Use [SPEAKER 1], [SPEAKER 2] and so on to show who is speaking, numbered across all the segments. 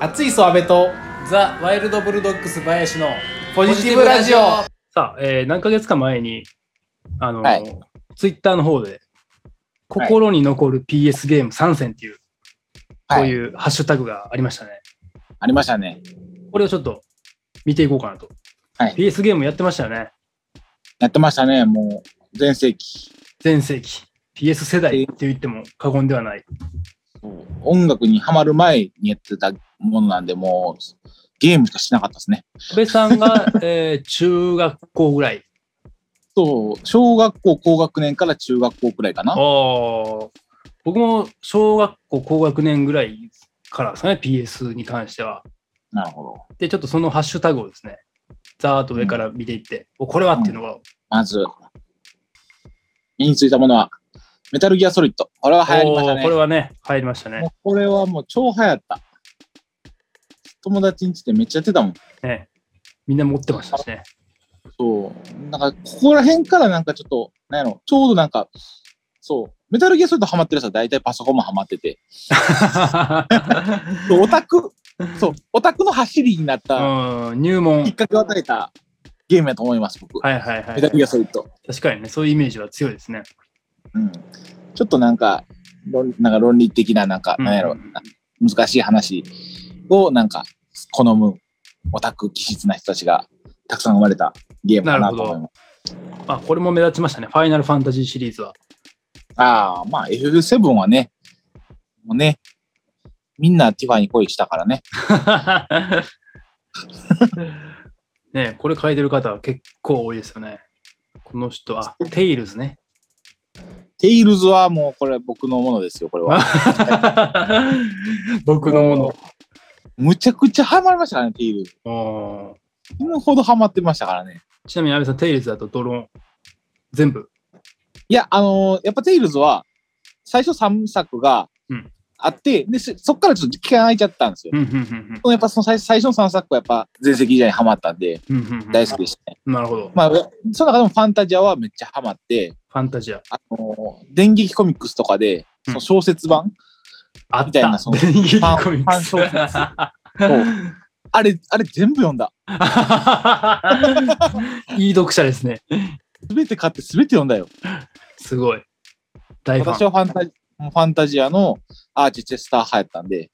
[SPEAKER 1] 熱いソアベと
[SPEAKER 2] ザ・ワイルド・ブルドッグス林の
[SPEAKER 1] ポジティブラジオ
[SPEAKER 3] さあ、えー何ヶ月か前に、あの、
[SPEAKER 4] はい
[SPEAKER 3] ツイッターの方で、
[SPEAKER 4] はい
[SPEAKER 3] 心に残る PS ゲーム参戦っていう、
[SPEAKER 4] は
[SPEAKER 3] こう
[SPEAKER 4] い。
[SPEAKER 3] いうハッシュタグがありましたね。
[SPEAKER 4] ありましたね。
[SPEAKER 3] これをちょっと見ていこうかなと。
[SPEAKER 4] はい
[SPEAKER 3] PS ゲームやってましたよね。
[SPEAKER 4] やってましたね。もう、全盛期。
[SPEAKER 3] 全盛期。PS 世代って言っても過言ではない。
[SPEAKER 4] 音楽にハマる前にやってたものなんで、もう、ゲームしかしなかったですね。
[SPEAKER 3] 安倍さん が、えー中学校ぐらい。
[SPEAKER 4] そう、小学校高学年から中学校くらいかな。
[SPEAKER 3] おー僕も小学校高学年ぐらいからですかね、PS に関しては。
[SPEAKER 4] なるほど。
[SPEAKER 3] で、ちょっとそのハッシュタグをですね、ざーっと上から見ていって、おこれはっていうのが、
[SPEAKER 4] まず、身についたものは、メタルギアソリッド。これは流行りました
[SPEAKER 3] おー
[SPEAKER 4] ね。
[SPEAKER 3] これはね、入りましたね
[SPEAKER 4] も。うこれはもう超流行った。友達ん家でめっちゃやってたもん。
[SPEAKER 3] ねみんな持ってましたしね。
[SPEAKER 4] そう。なんか、ここら辺からなんかちょっと、なんやろ、ちょうどなんか、そう、メタルゲーソリッドハマってる人は大体パソコンもハマってて、そうオタク、そう、オタクの走りになった、
[SPEAKER 3] うん、入門。は
[SPEAKER 4] きっ
[SPEAKER 3] い
[SPEAKER 4] かけを与えたゲームやと思います、僕。
[SPEAKER 3] はいは
[SPEAKER 4] メタル
[SPEAKER 3] い。
[SPEAKER 4] ギアソリッド。
[SPEAKER 3] 確かにね、そういうイメージは強いですね。
[SPEAKER 4] うん。ちょっとなんか、論なんか論理的な、なんか、
[SPEAKER 3] うん
[SPEAKER 4] なんやろ、難しい話をなんか、好むオタク気質な人たちがたくさん生まれたゲームかなと思います。
[SPEAKER 3] あ、これも目立ちましたね。ファイナルファンタジーシリーズ は。
[SPEAKER 4] ああ、まあ FF7 はね、もうね、みんなティファに恋したからね。
[SPEAKER 3] ねこれ書いてる方は結構多いですよね。この人、あ、テイルズね。
[SPEAKER 4] テイルズはもうこれ僕のものですよ、これは。
[SPEAKER 3] 僕のも
[SPEAKER 4] むちゃくちゃハマりましたからね、テイルズ。
[SPEAKER 3] の。うん
[SPEAKER 4] 死ぬほどハマってましたからね。
[SPEAKER 3] ちなみに安倍さん、テイルズだとドローン、全部。
[SPEAKER 4] いや、あのーやっぱテイルズは、最初3作が
[SPEAKER 3] うん
[SPEAKER 4] あって、で、そそっからちょっと期間空いちゃったんですよ。
[SPEAKER 3] うんうんうん
[SPEAKER 4] やっぱその最最初の3作はやっぱ全盛期時代にハマったんで、
[SPEAKER 3] うんうんうん
[SPEAKER 4] 大好きでしたね。
[SPEAKER 3] なるほど。
[SPEAKER 4] まあ、その中でもファンタジアはめっちゃハマって、
[SPEAKER 3] ファンタジア。
[SPEAKER 4] あのー電撃コミックスとかで、その小説版、
[SPEAKER 3] あっ
[SPEAKER 4] みたい
[SPEAKER 3] た
[SPEAKER 4] な その
[SPEAKER 3] 電撃コミックス
[SPEAKER 4] ファンファンそうあれ、あれ全部読んだ。
[SPEAKER 3] いい読者ですね。
[SPEAKER 4] すべて買ってすべて読んだよ。
[SPEAKER 3] すごい。大フ
[SPEAKER 4] 私
[SPEAKER 3] ァン。
[SPEAKER 4] はファンタジファンタジアのアーチェチェスター派やったんで、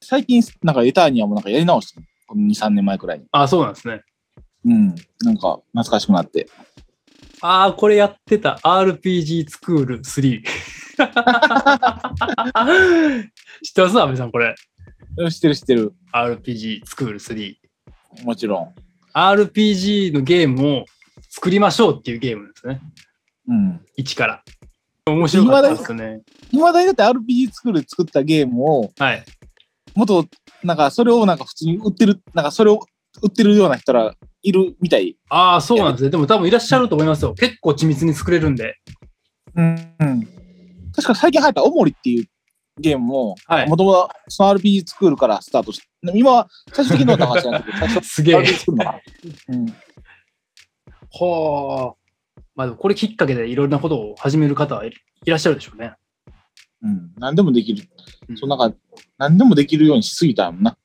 [SPEAKER 4] 最近、なんかエターニアもなんかやり直して、この2、3年前くらいに。
[SPEAKER 3] あ、そうなんですね。
[SPEAKER 4] うん。なんか懐かしくなって。
[SPEAKER 3] ああ、これやってた。RPG スクー ル3。知ってます安部さん、これ。
[SPEAKER 4] 知ってる知ってる。
[SPEAKER 3] RPG スクール3。
[SPEAKER 4] もちろん。
[SPEAKER 3] RPG のゲームを作りましょうっていうゲームなんですね。
[SPEAKER 4] うん。
[SPEAKER 3] 一から。面白かったですね。
[SPEAKER 4] 今だにだって RPG 作る作ったゲームを、
[SPEAKER 3] はい。
[SPEAKER 4] 元、なんかそれをなんか普通に売ってる、なんかそれを売ってるような人らいるみたい。
[SPEAKER 3] ああ、そうなんですね。でも多分いらっしゃると思いますよ。結構緻密に作れるんで。
[SPEAKER 4] うん。確か最近入ったオモリっていうゲームも、
[SPEAKER 3] はい
[SPEAKER 4] も。ともとその RPG スクールからスタートして、今は最終的にどうなったか知らんけ ど、最初
[SPEAKER 3] すげえ
[SPEAKER 4] RPG 作るのかな。うん。
[SPEAKER 3] はあ。まあでもこれきっかけでいろんなことを始める方はいいらっしゃるでしょうね。
[SPEAKER 4] うん。何でもできる。
[SPEAKER 3] うん
[SPEAKER 4] そう、なんか、何でもできるようにしすぎたもんな。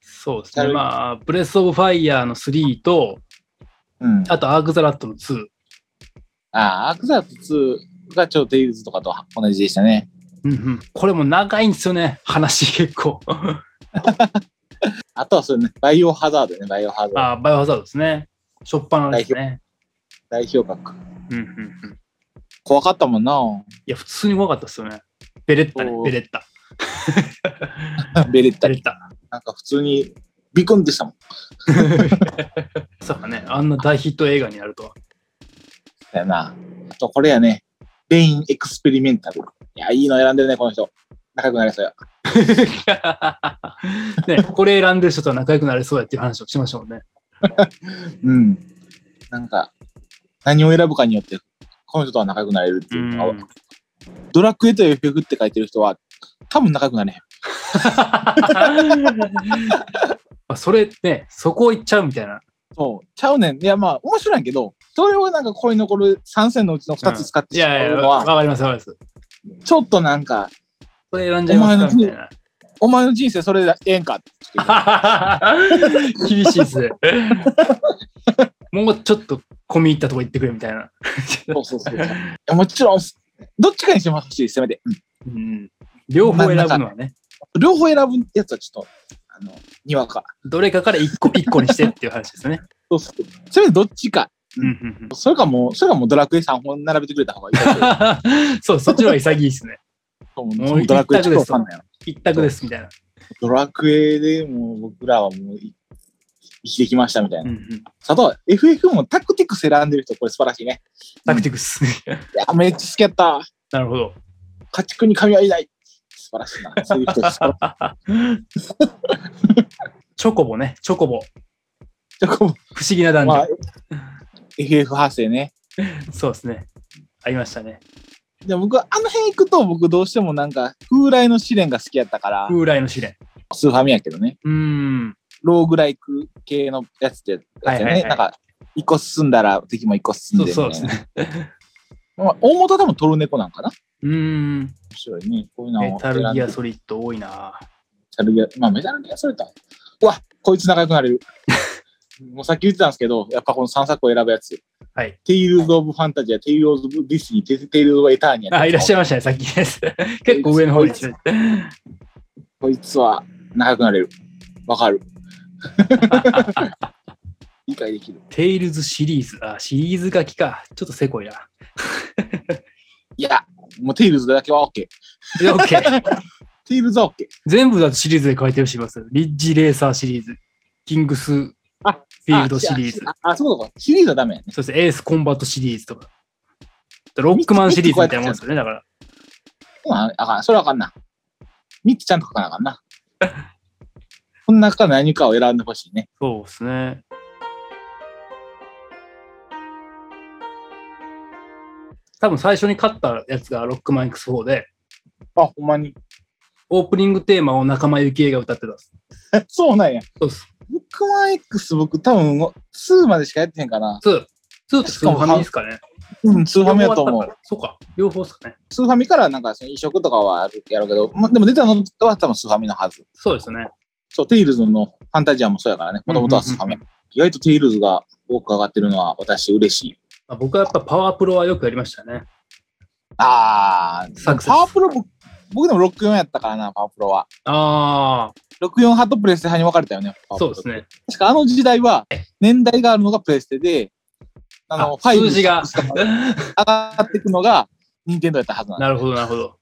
[SPEAKER 3] そうですね。まあ、ブレス・オブ・ファイヤーの3と、
[SPEAKER 4] うん。あ
[SPEAKER 3] あとアーク・ザ・ラットの2。
[SPEAKER 4] あー、アクザーツ2が超テイルズとかと同じでしたね。
[SPEAKER 3] うんうん、これも長いんですよね、話結構。
[SPEAKER 4] あとはそれね、バイオハザードね、バイオハザード。
[SPEAKER 3] あバイオハザードですね。しょっぱなですね。
[SPEAKER 4] 代表格。
[SPEAKER 3] うんうんうん、い
[SPEAKER 4] 怖かったもんな。
[SPEAKER 3] や、普通に怖かったですよね。ベレッタね
[SPEAKER 4] お、ー
[SPEAKER 3] ベレッタ。
[SPEAKER 4] ベレッタ
[SPEAKER 3] ベレ
[SPEAKER 4] リ。
[SPEAKER 3] ッタ。
[SPEAKER 4] なんか普通にビクンでしたもん。
[SPEAKER 3] そうかね、あんな大ヒット映画になるとは。
[SPEAKER 4] だよな。あとこれやね、レインエクスペリメンタル。いや、いいの選んでるね、この人。仲良くなりそうや。
[SPEAKER 3] ね、これ選んでる人とは仲良くなれそうやっていう話をしましょうね。
[SPEAKER 4] うん。なんか、何を選ぶかによって、この人とは仲良くなれるって
[SPEAKER 3] う
[SPEAKER 4] いうんのが、ドラクエと FF って書いてる人は、多分仲良くなれへん。
[SPEAKER 3] あそれね、そこ行っちゃうみたいな。
[SPEAKER 4] そう。ちゃうねん。いや、まあ、面白いんやけど、それをなんかこに残る3戦のうちの2つ使って
[SPEAKER 3] い
[SPEAKER 4] しま
[SPEAKER 3] やいうや、
[SPEAKER 4] の
[SPEAKER 3] わ
[SPEAKER 4] は、
[SPEAKER 3] かります、わかります。
[SPEAKER 4] ちょっとなんか、
[SPEAKER 3] これ選んじゃいますかみたいな。
[SPEAKER 4] お前の人生それでええんかって言っ て
[SPEAKER 3] 厳しいっす。もうちょっと込み入ったとこ行ってくれみたいな。
[SPEAKER 4] くるそうそうそう いや。もちろん、どっちかにしてほしい、せめて。う
[SPEAKER 3] う
[SPEAKER 4] ん
[SPEAKER 3] ん、両方選ぶのはね、
[SPEAKER 4] 両方選ぶやつはちょっと、あの、にわか。
[SPEAKER 3] どれかから一 個一個にしてっていう話ですね。
[SPEAKER 4] そうそう。せめてどっちか。
[SPEAKER 3] うんうん うん
[SPEAKER 4] それかもう、それかもうドラクエ3本並べてくれた方がいい
[SPEAKER 3] そう、そっちの方が潔いっすね。
[SPEAKER 4] と思う。
[SPEAKER 3] も
[SPEAKER 4] も
[SPEAKER 3] う
[SPEAKER 4] うドラクエちょっとわかんないな
[SPEAKER 3] 一択ですみたいな。
[SPEAKER 4] ドラクエでもう僕らはもうい生きてきましたみたいな。
[SPEAKER 3] うんうん
[SPEAKER 4] あと、FF もタクティクス選んでる人、これ素晴らしいね。
[SPEAKER 3] タクティクス。
[SPEAKER 4] いや、めっちゃ好きやった。
[SPEAKER 3] なるほど。
[SPEAKER 4] 家畜に神はいない。素晴らしいな。そういう人です。
[SPEAKER 3] チョコボね、チョコボ。
[SPEAKER 4] ちょっと
[SPEAKER 3] 不思議なダンジョン。
[SPEAKER 4] まあ、FF 派生ね。
[SPEAKER 3] そうですね。ありましたね。
[SPEAKER 4] でも僕はあの辺行くと僕どうしてもなんか風来の試練が好きやったから、
[SPEAKER 3] 風来の試練。
[SPEAKER 4] スーファミやけどね、
[SPEAKER 3] うーん。
[SPEAKER 4] ローグライク系のやつってやつだよね、
[SPEAKER 3] はいはいはい
[SPEAKER 4] なんか一個進んだら敵も一個進ん
[SPEAKER 3] そう
[SPEAKER 4] でみたい
[SPEAKER 3] そう
[SPEAKER 4] な
[SPEAKER 3] ですね。
[SPEAKER 4] まあ、大元は多分トルネコなんかな
[SPEAKER 3] うーん。
[SPEAKER 4] 面白いね。こういうの
[SPEAKER 3] メ
[SPEAKER 4] を
[SPEAKER 3] タルギア
[SPEAKER 4] 選んで
[SPEAKER 3] ソリッド多いな。
[SPEAKER 4] メタルギア、まあメタルギアそれと。うわ、こいつ仲良くなれる。 もうさっき言ってたんですけど、やっぱこの3作を選ぶやつ。
[SPEAKER 3] はい。
[SPEAKER 4] テイルズ・オブ・ファンタジア、テイルズ・オブ・ディスニー、テイルズ・オブ・エターニア。
[SPEAKER 3] あ、いらっしゃいましたね、さっき です。結構上の方に。
[SPEAKER 4] こいつは仲良くなれる。わ かる。理解できる。
[SPEAKER 3] テイルズシリーズ。あ、シリーズ書きか。ちょっとせこいな。
[SPEAKER 4] いや、もうテイルズだけは OK。
[SPEAKER 3] で OK。
[SPEAKER 4] テイルズは OK。
[SPEAKER 3] 全部だとシリーズで書いてるします。リッジレーサーシリーズ、キングスフ
[SPEAKER 4] あ
[SPEAKER 3] ィールドシリーズ、
[SPEAKER 4] あ、ああそうかそうか。シリーズはダメやね。
[SPEAKER 3] そしてエースコンバットシリーズとか、ロックマンシリーズみたいなもんですよね、だから。
[SPEAKER 4] うんああかん。それはあかんな。3つちゃんと書かなあかん な。この中から何かを選んでほしいね。
[SPEAKER 3] そうですね。多分最初に勝ったやつがロックマン X4 で、
[SPEAKER 4] あ、ほんまに。
[SPEAKER 3] オープニングテーマを仲間由紀恵が歌ってたっす。
[SPEAKER 4] そうなんや。
[SPEAKER 3] そうっす。
[SPEAKER 4] ブックマン X 僕多分2までしかやってへんかな。
[SPEAKER 3] 2。2とスーファミですかね。
[SPEAKER 4] うん、スーファミやと
[SPEAKER 3] 両
[SPEAKER 4] 思
[SPEAKER 3] 方あったか
[SPEAKER 4] う。
[SPEAKER 3] ら。そうか。両方っすかね。
[SPEAKER 4] スーファミからなんかその移植とかはあるやろうけど、ま、でも出たのは多分スーファミのはず。
[SPEAKER 3] そうですね。
[SPEAKER 4] そう、テイルズのファンタジアもそうやからね。もともとはスーファミ。
[SPEAKER 3] うん
[SPEAKER 4] 意外とテイルズが多く上がってるのは私嬉しい。
[SPEAKER 3] まあ僕はやっぱパワープロはよくやりましたね。
[SPEAKER 4] あー、
[SPEAKER 3] サクセス
[SPEAKER 4] パワープロ僕、僕でも64やったからな、パワープロは。
[SPEAKER 3] あ
[SPEAKER 4] 64派とプレステ派に分かれたよね。パ
[SPEAKER 3] あ、
[SPEAKER 4] ワープ
[SPEAKER 3] そ
[SPEAKER 4] ロ
[SPEAKER 3] うですね。
[SPEAKER 4] 確かあの時代は、年代があるのがプレステで、あの、
[SPEAKER 3] あ
[SPEAKER 4] 5
[SPEAKER 3] 数字が。
[SPEAKER 4] 上がっていくのが、任天堂やったはずなんだ
[SPEAKER 3] なるほど、なるほど。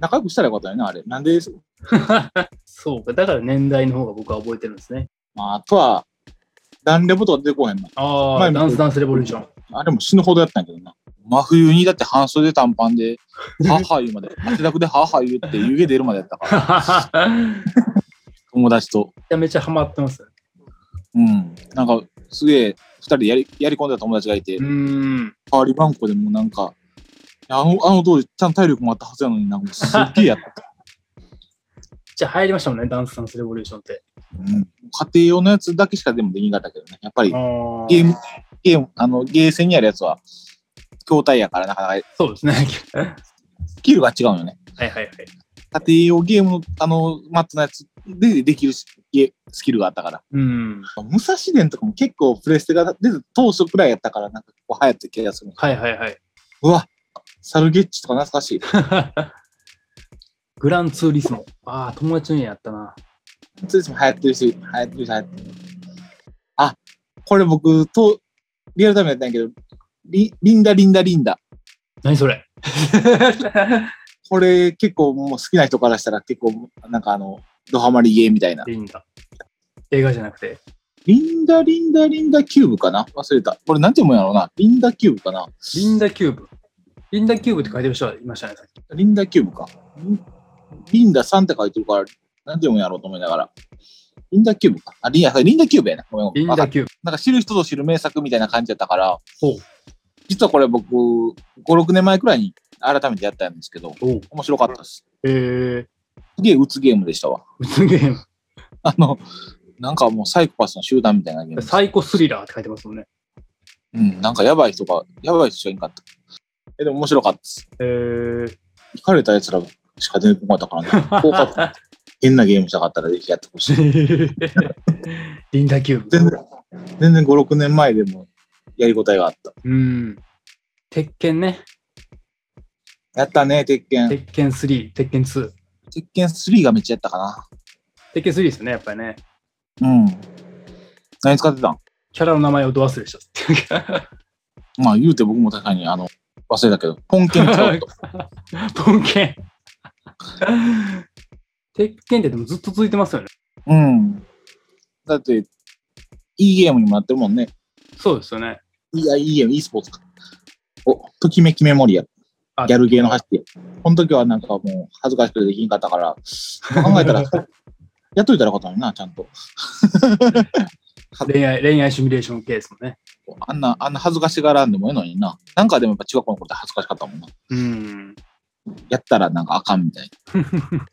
[SPEAKER 4] 仲良くしたらよかったよね、あれ。なんで、
[SPEAKER 3] そうか、だから年代の方が僕は覚えてるんですね。
[SPEAKER 4] まあ、あとは、ダンレボとか出てこへんな。
[SPEAKER 3] あ
[SPEAKER 4] 前
[SPEAKER 3] あ、
[SPEAKER 4] も
[SPEAKER 3] ダンスダンスレボリューション。
[SPEAKER 4] あれも死ぬほどやったんやけどな。真冬にだって半袖短パ ンで、はーはー言うまで、汗だくではーはー言って湯気出るまでやったから、
[SPEAKER 3] め
[SPEAKER 4] 友達と。
[SPEAKER 3] ちゃめちゃハマってます。
[SPEAKER 4] うん。なんか、すげえ、二人でやりやり込んだ友達がいて
[SPEAKER 3] う、ーん。
[SPEAKER 4] 代わり番号でもうなんか、いやあの、あの当時、ちゃんと体力もあったはずやのになんかすっげえやった。
[SPEAKER 3] じゃあ入りましたもんね、ダンスダンスレボリューションって。
[SPEAKER 4] うん家庭用のやつだけしかでもできなかったけどね。やっぱり
[SPEAKER 3] あ、ー
[SPEAKER 4] ゲーム、ゲーム、あの、ゲーセンにあるやつは、筐体やからなかなか
[SPEAKER 3] そうですね。
[SPEAKER 4] スキルが違うよね。
[SPEAKER 3] はいはいはい。
[SPEAKER 4] 家庭用ゲームの、あの、マットのやつでできるしゲスキルがあったから。
[SPEAKER 3] うん。
[SPEAKER 4] 武蔵伝とかも結構プレステが出て当初くらいやったから、なんかこう流行った気がする。
[SPEAKER 3] はいはいはい。
[SPEAKER 4] うわサルゲッチとか懐かしい。
[SPEAKER 3] グランツーリスモ。ああ、友達の家やったな。
[SPEAKER 4] いつも流行ってるし、流行ってるし、流行ってる。あ、これ僕、と、リアルタイムやったんやけど、リリンダリンダリンダ。
[SPEAKER 3] 何それ
[SPEAKER 4] これ結構もう好きな人からしたら結構、なんかあの、ドハマりゲーみたいな。
[SPEAKER 3] いいんだ。映画じゃなくて。
[SPEAKER 4] リンダリンダリンダキューブかな忘れた。これなんて読むんやろうな。リンダキューブかな
[SPEAKER 3] リンダキューブ。リンダキューブって書いてる人はいましたね、さっき。
[SPEAKER 4] リンダキューブか。リリンダさんって書いてるから、なんて読むんやろうと思いながら。リンダキューブか。あ、リンあリンダキューブやな。ごめんごめ
[SPEAKER 3] リ
[SPEAKER 4] ん。
[SPEAKER 3] ン
[SPEAKER 4] わか
[SPEAKER 3] ダ
[SPEAKER 4] った
[SPEAKER 3] キューブ。
[SPEAKER 4] なんか知る人ぞ知る名作みたいな感じやったから、
[SPEAKER 3] ほう
[SPEAKER 4] 実はこれ僕、5、6年前くらいに改めてやったんですけど、
[SPEAKER 3] おう
[SPEAKER 4] 面白かったです。
[SPEAKER 3] えー、
[SPEAKER 4] すげえ打つゲームでしたわ。
[SPEAKER 3] うつゲーム。
[SPEAKER 4] あの、なんかもうサイコパスの集団みたいなゲームです。
[SPEAKER 3] サイコスリラーって書いてますもんね。
[SPEAKER 4] うん、なんかやばい人が、やばい人しかいんかった。え、でも面白かったです。
[SPEAKER 3] えー、
[SPEAKER 4] 惹かれた奴らしか出てこなかったからね。効果的変なゲームしたかったらぜひやってほしい。
[SPEAKER 3] リンダキューブ。
[SPEAKER 4] 全然、全然5、6年前でもやりごたえがあった。
[SPEAKER 3] うん。鉄拳ね。
[SPEAKER 4] やったね、鉄拳。
[SPEAKER 3] 鉄拳3、鉄拳2。
[SPEAKER 4] 鉄拳3がめっちゃやったかな。
[SPEAKER 3] 鉄拳3ですよね、やっぱりね。
[SPEAKER 4] うん。何使ってたん
[SPEAKER 3] キャラの名前をど忘れしたっていうか。
[SPEAKER 4] まあ言うて僕も確かに、あの、忘れたけど、ポンケン 使うと。
[SPEAKER 3] ポンケン。鉄拳ってでもずっと続いてますよね。
[SPEAKER 4] うん。だって、いいゲームにもなってるもんね。
[SPEAKER 3] そうですよね。
[SPEAKER 4] いや、いいゲーム、いいスポーツか。お、ときめきメモリアル。
[SPEAKER 3] あ
[SPEAKER 4] ギャルゲーの走って。この時はなんかもう恥ずかしくてできんかったから、考えたら、やっといたらよかったのにな、ちゃんと。
[SPEAKER 3] 恋愛、恋愛シミュレーションケースもね。
[SPEAKER 4] あんな、あんな恥ずかしがらんでもいいのにな。なんかでもやっぱ中学校の頃って恥ずかしかったもんな。
[SPEAKER 3] うん。
[SPEAKER 4] やったらなんかあかんみたいな。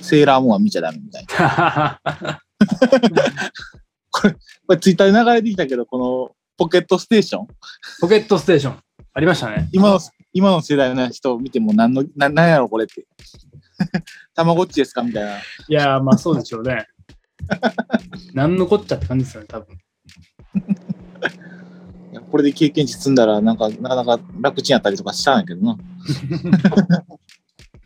[SPEAKER 4] セーラームーンは見ちゃダメみたいな。これツイッターで流れてきたけど、このポケットステーション
[SPEAKER 3] ポケットステーション。ありましたね。
[SPEAKER 4] 今の、今の世代の人を見ても何の、な、なんやろこれって。 たまごっちですかみたいな。
[SPEAKER 3] いやー、まあそうでしょうね。なんのこっちゃって感じですよね、多分。
[SPEAKER 4] いやこれで経験値積んだら、なんか、なかなか楽ちんやったりとかしたんやけどな。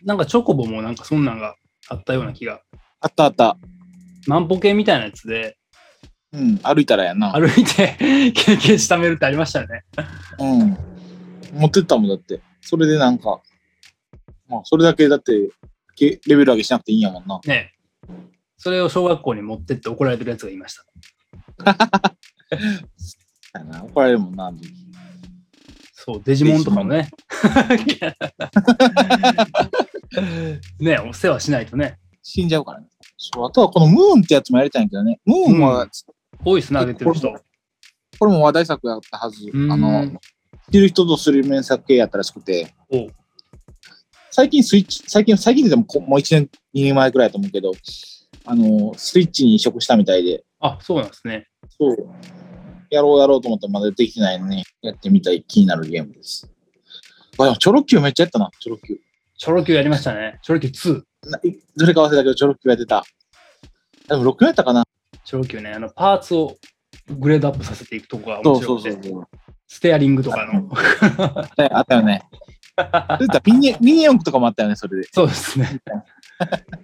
[SPEAKER 3] なんかチョコボもなんかそんなんがあったような気が。
[SPEAKER 4] あったあった。
[SPEAKER 3] 万歩計みたいなやつで
[SPEAKER 4] うん、歩いたらや な。
[SPEAKER 3] 歩いて経験しためるってありましたよね。
[SPEAKER 4] うん。持ってったもんだって。それでなんか、まあ、それだけだって、けレベル上げしなくていいんやもんな。
[SPEAKER 3] ねえそれを小学校に持ってって怒られてるやつがいました。
[SPEAKER 4] だよな怒られるもんな。
[SPEAKER 3] そう、デジモンとかも ね。ねえお世話しないとね。
[SPEAKER 4] 死んじゃうからね。そう、あとはこのムーンってやつもやりたいんやけどね。ムーンは、
[SPEAKER 3] う多いっすね、あげてる人。
[SPEAKER 4] これも話題作やったはず。
[SPEAKER 3] うん
[SPEAKER 4] あの、知る人とする面作系やったらしくて
[SPEAKER 3] おう。
[SPEAKER 4] 最近スイッチ、最近、最近でもこもう1年、2年前くらいだと思うけど、あの、スイッチに移植したみたいで、
[SPEAKER 3] あ、そうなんですね。
[SPEAKER 4] そう。やろうやろうと思ったらまだできてないのに、やってみたい気になるゲームです。あ、でもチョロ Q めっちゃやったな、チョロ Q。
[SPEAKER 3] チョロ Q やりましたね。チョロ Q2。
[SPEAKER 4] などれか忘れたけど、チョロ Q やってた。でも6やったかな
[SPEAKER 3] チョロ Q ね、あの、パーツをグレードアップさせていくとこが
[SPEAKER 4] そ
[SPEAKER 3] 面
[SPEAKER 4] うそ
[SPEAKER 3] 白
[SPEAKER 4] う
[SPEAKER 3] く
[SPEAKER 4] そ
[SPEAKER 3] て
[SPEAKER 4] う、そう。
[SPEAKER 3] ステアリングとか の。
[SPEAKER 4] ああったよね。そういったらミニミニ四駆とかもあったよね、それで。
[SPEAKER 3] そうですね。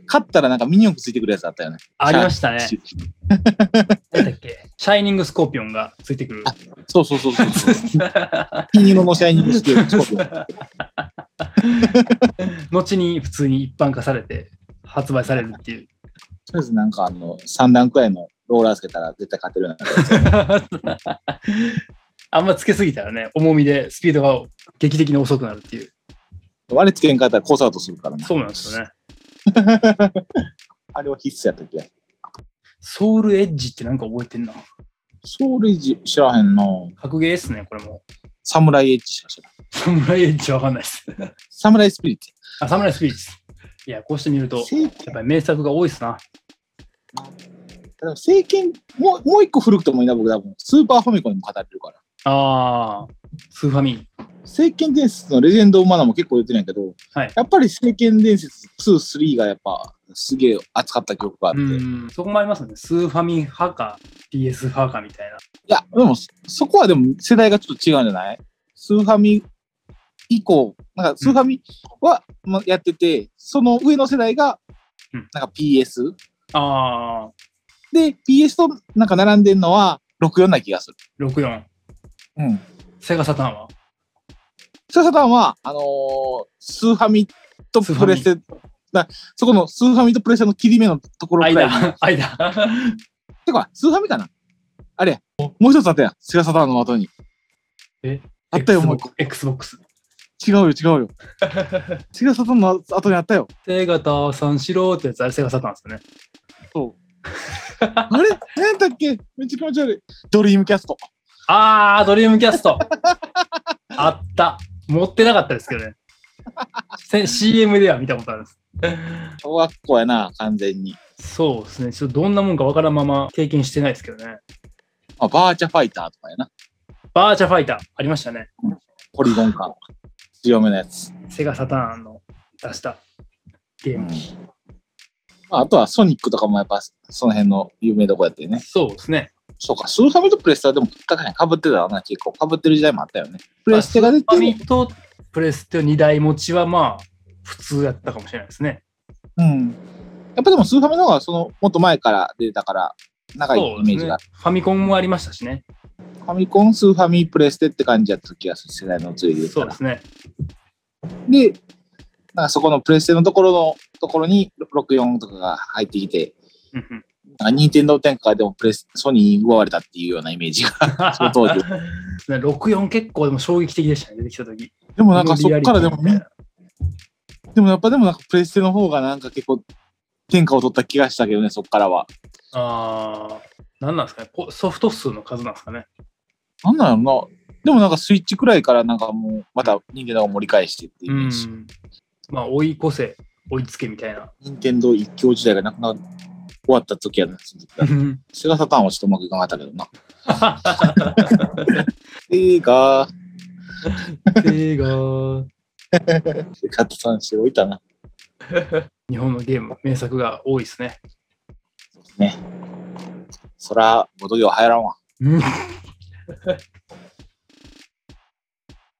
[SPEAKER 4] 勝ったらなんかミニ四駆ついてくるやつあったよね。
[SPEAKER 3] ありましたね。
[SPEAKER 4] し
[SPEAKER 3] 何だっけシャイニングスコーピオンがついてくる。
[SPEAKER 4] そうそうそうそう。金色のシャイニングス テーキチョコ
[SPEAKER 3] 後に普通に一般化されて発売されるっていう。
[SPEAKER 4] とりあえずなんかあの、3段くらいのローラーつけたら絶対勝てるような。
[SPEAKER 3] あんまつけすぎたらね、重みでスピードが劇的に遅くなるっていう。
[SPEAKER 4] 割れつけんかったらコースアウトするからな。
[SPEAKER 3] そうなんですよね。
[SPEAKER 4] あれは必須やったっけ
[SPEAKER 3] ソウルエッジってなんか覚えてんな。
[SPEAKER 4] ソウルエッジ知らへんな
[SPEAKER 3] 格ゲーですね、これも。
[SPEAKER 4] サムライエッジしか知らん。
[SPEAKER 3] サムライエッジわかんないです。
[SPEAKER 4] サムライスピリッツ。
[SPEAKER 3] あ、サムライスピリッツ。いや、こうしてみると、や
[SPEAKER 4] 聖
[SPEAKER 3] っぱり名作が多いっすな。
[SPEAKER 4] 剣、聖剣もう、もう一個古くてもいいな、僕多分。スーパーファミコンにも語れるから。
[SPEAKER 3] あー、スーファミ。
[SPEAKER 4] 聖剣伝説のレジェンド・オブ・マナーも結構言ってないけど、
[SPEAKER 3] はい
[SPEAKER 4] やっぱり聖剣伝説2、3がやっぱすげえ熱かった曲があって、
[SPEAKER 3] う
[SPEAKER 4] い
[SPEAKER 3] ん、そこもありますよね。スーファミ派か、PS 派かみたいな。
[SPEAKER 4] や、でもそそこはでも世代がちょっと違うんじゃないスーファミ以降、なんかスーファミは、まやってて、その上の世代が
[SPEAKER 3] うん
[SPEAKER 4] なんか PS、
[SPEAKER 3] あ
[SPEAKER 4] で、PS となんか並んでるのは64な気がする。
[SPEAKER 3] ー、64。
[SPEAKER 4] うん。
[SPEAKER 3] セガサターンは
[SPEAKER 4] スーサタンは、あのースーファミとプレステ、なそこのスーファミとプレステの切り目のところくらいに
[SPEAKER 3] 間、間。
[SPEAKER 4] てか、スーファミかなあれ、もう一つあったやん。セガサターンの後に。
[SPEAKER 3] え
[SPEAKER 4] あったよ、もう。
[SPEAKER 3] Xbox。
[SPEAKER 4] 違うよ、違 うよ。セガサターンの後にあったよ。
[SPEAKER 3] セガタ三四郎ってやつ、あれセガサターンですよね。
[SPEAKER 4] そう。 あれ何やったっけめっちゃ気持ち悪い。ドリームキャスト。
[SPEAKER 3] あー、ドリームキャスト。あった。持ってなかったですけどね。せ CM では見たことあるんです。
[SPEAKER 4] 小学校やな、完全に。
[SPEAKER 3] そうですね。ちょっとどんなもんかわからんまま経験してないですけどね。
[SPEAKER 4] まあ、バーチャファイターとかやな。
[SPEAKER 3] バーチャファイターありましたね。
[SPEAKER 4] ポリゴン感。強めのやつ。
[SPEAKER 3] セガサターンの出したゲー
[SPEAKER 4] うん
[SPEAKER 3] ム。
[SPEAKER 4] まあ、あとはソニックとかもやっぱ、その辺の有名どこやってね。
[SPEAKER 3] そうですね。
[SPEAKER 4] そうか、スーファミとプレステはでも確かに被ってたよな、結構。被ってる時代もあったよね。プレステが出
[SPEAKER 3] ファ
[SPEAKER 4] て
[SPEAKER 3] ミとプレステ2台持ちはまあ普通やったかもしれないですね。
[SPEAKER 4] うん。やっぱでもスーファミの方がその、もっと前から出てたから、長い
[SPEAKER 3] そ
[SPEAKER 4] イ
[SPEAKER 3] う
[SPEAKER 4] メ
[SPEAKER 3] で
[SPEAKER 4] ー
[SPEAKER 3] す
[SPEAKER 4] ジ
[SPEAKER 3] ね
[SPEAKER 4] が。。
[SPEAKER 3] ファミコンもありましたしね。
[SPEAKER 4] ファミコン、スーファミ、プレステって感じやった気がする、世代の移りで言った
[SPEAKER 3] そう
[SPEAKER 4] ら
[SPEAKER 3] で。すね。
[SPEAKER 4] で、なんかそこのプレステのところの、ところに64とかが入ってきて、
[SPEAKER 3] うんうん
[SPEAKER 4] なんか任天堂展開でもプレス、ソニーに奪われたっていうようなイメージが、 その当時。
[SPEAKER 3] 64結構でも衝撃的でしたね、出てきた時
[SPEAKER 4] でもなんかそっからでも、
[SPEAKER 3] リアリティみたいな
[SPEAKER 4] でもやっぱでもなんかプレステの方がなんか結構、天下を取った気がしたけどね、そっからは。
[SPEAKER 3] あー、なんなんですかね、ポソフト数の数なんですかね。
[SPEAKER 4] なんだろうな。でもなんかスイッチくらいからなんかもう、また人間が盛り返してっていううイメージ。
[SPEAKER 3] ん。まあ、追い越せ、追いつけみたいな。
[SPEAKER 4] 任天堂一強時代がなくなる終わった時やな、その時は セガサターンはちょっとうまくいかなかったけどな。 映画、
[SPEAKER 3] 映画、
[SPEAKER 4] セガサターンしておいたな。
[SPEAKER 3] 日本のゲーム、名作が多いですね。
[SPEAKER 4] ね。そら、ボドゲは流行らんわ。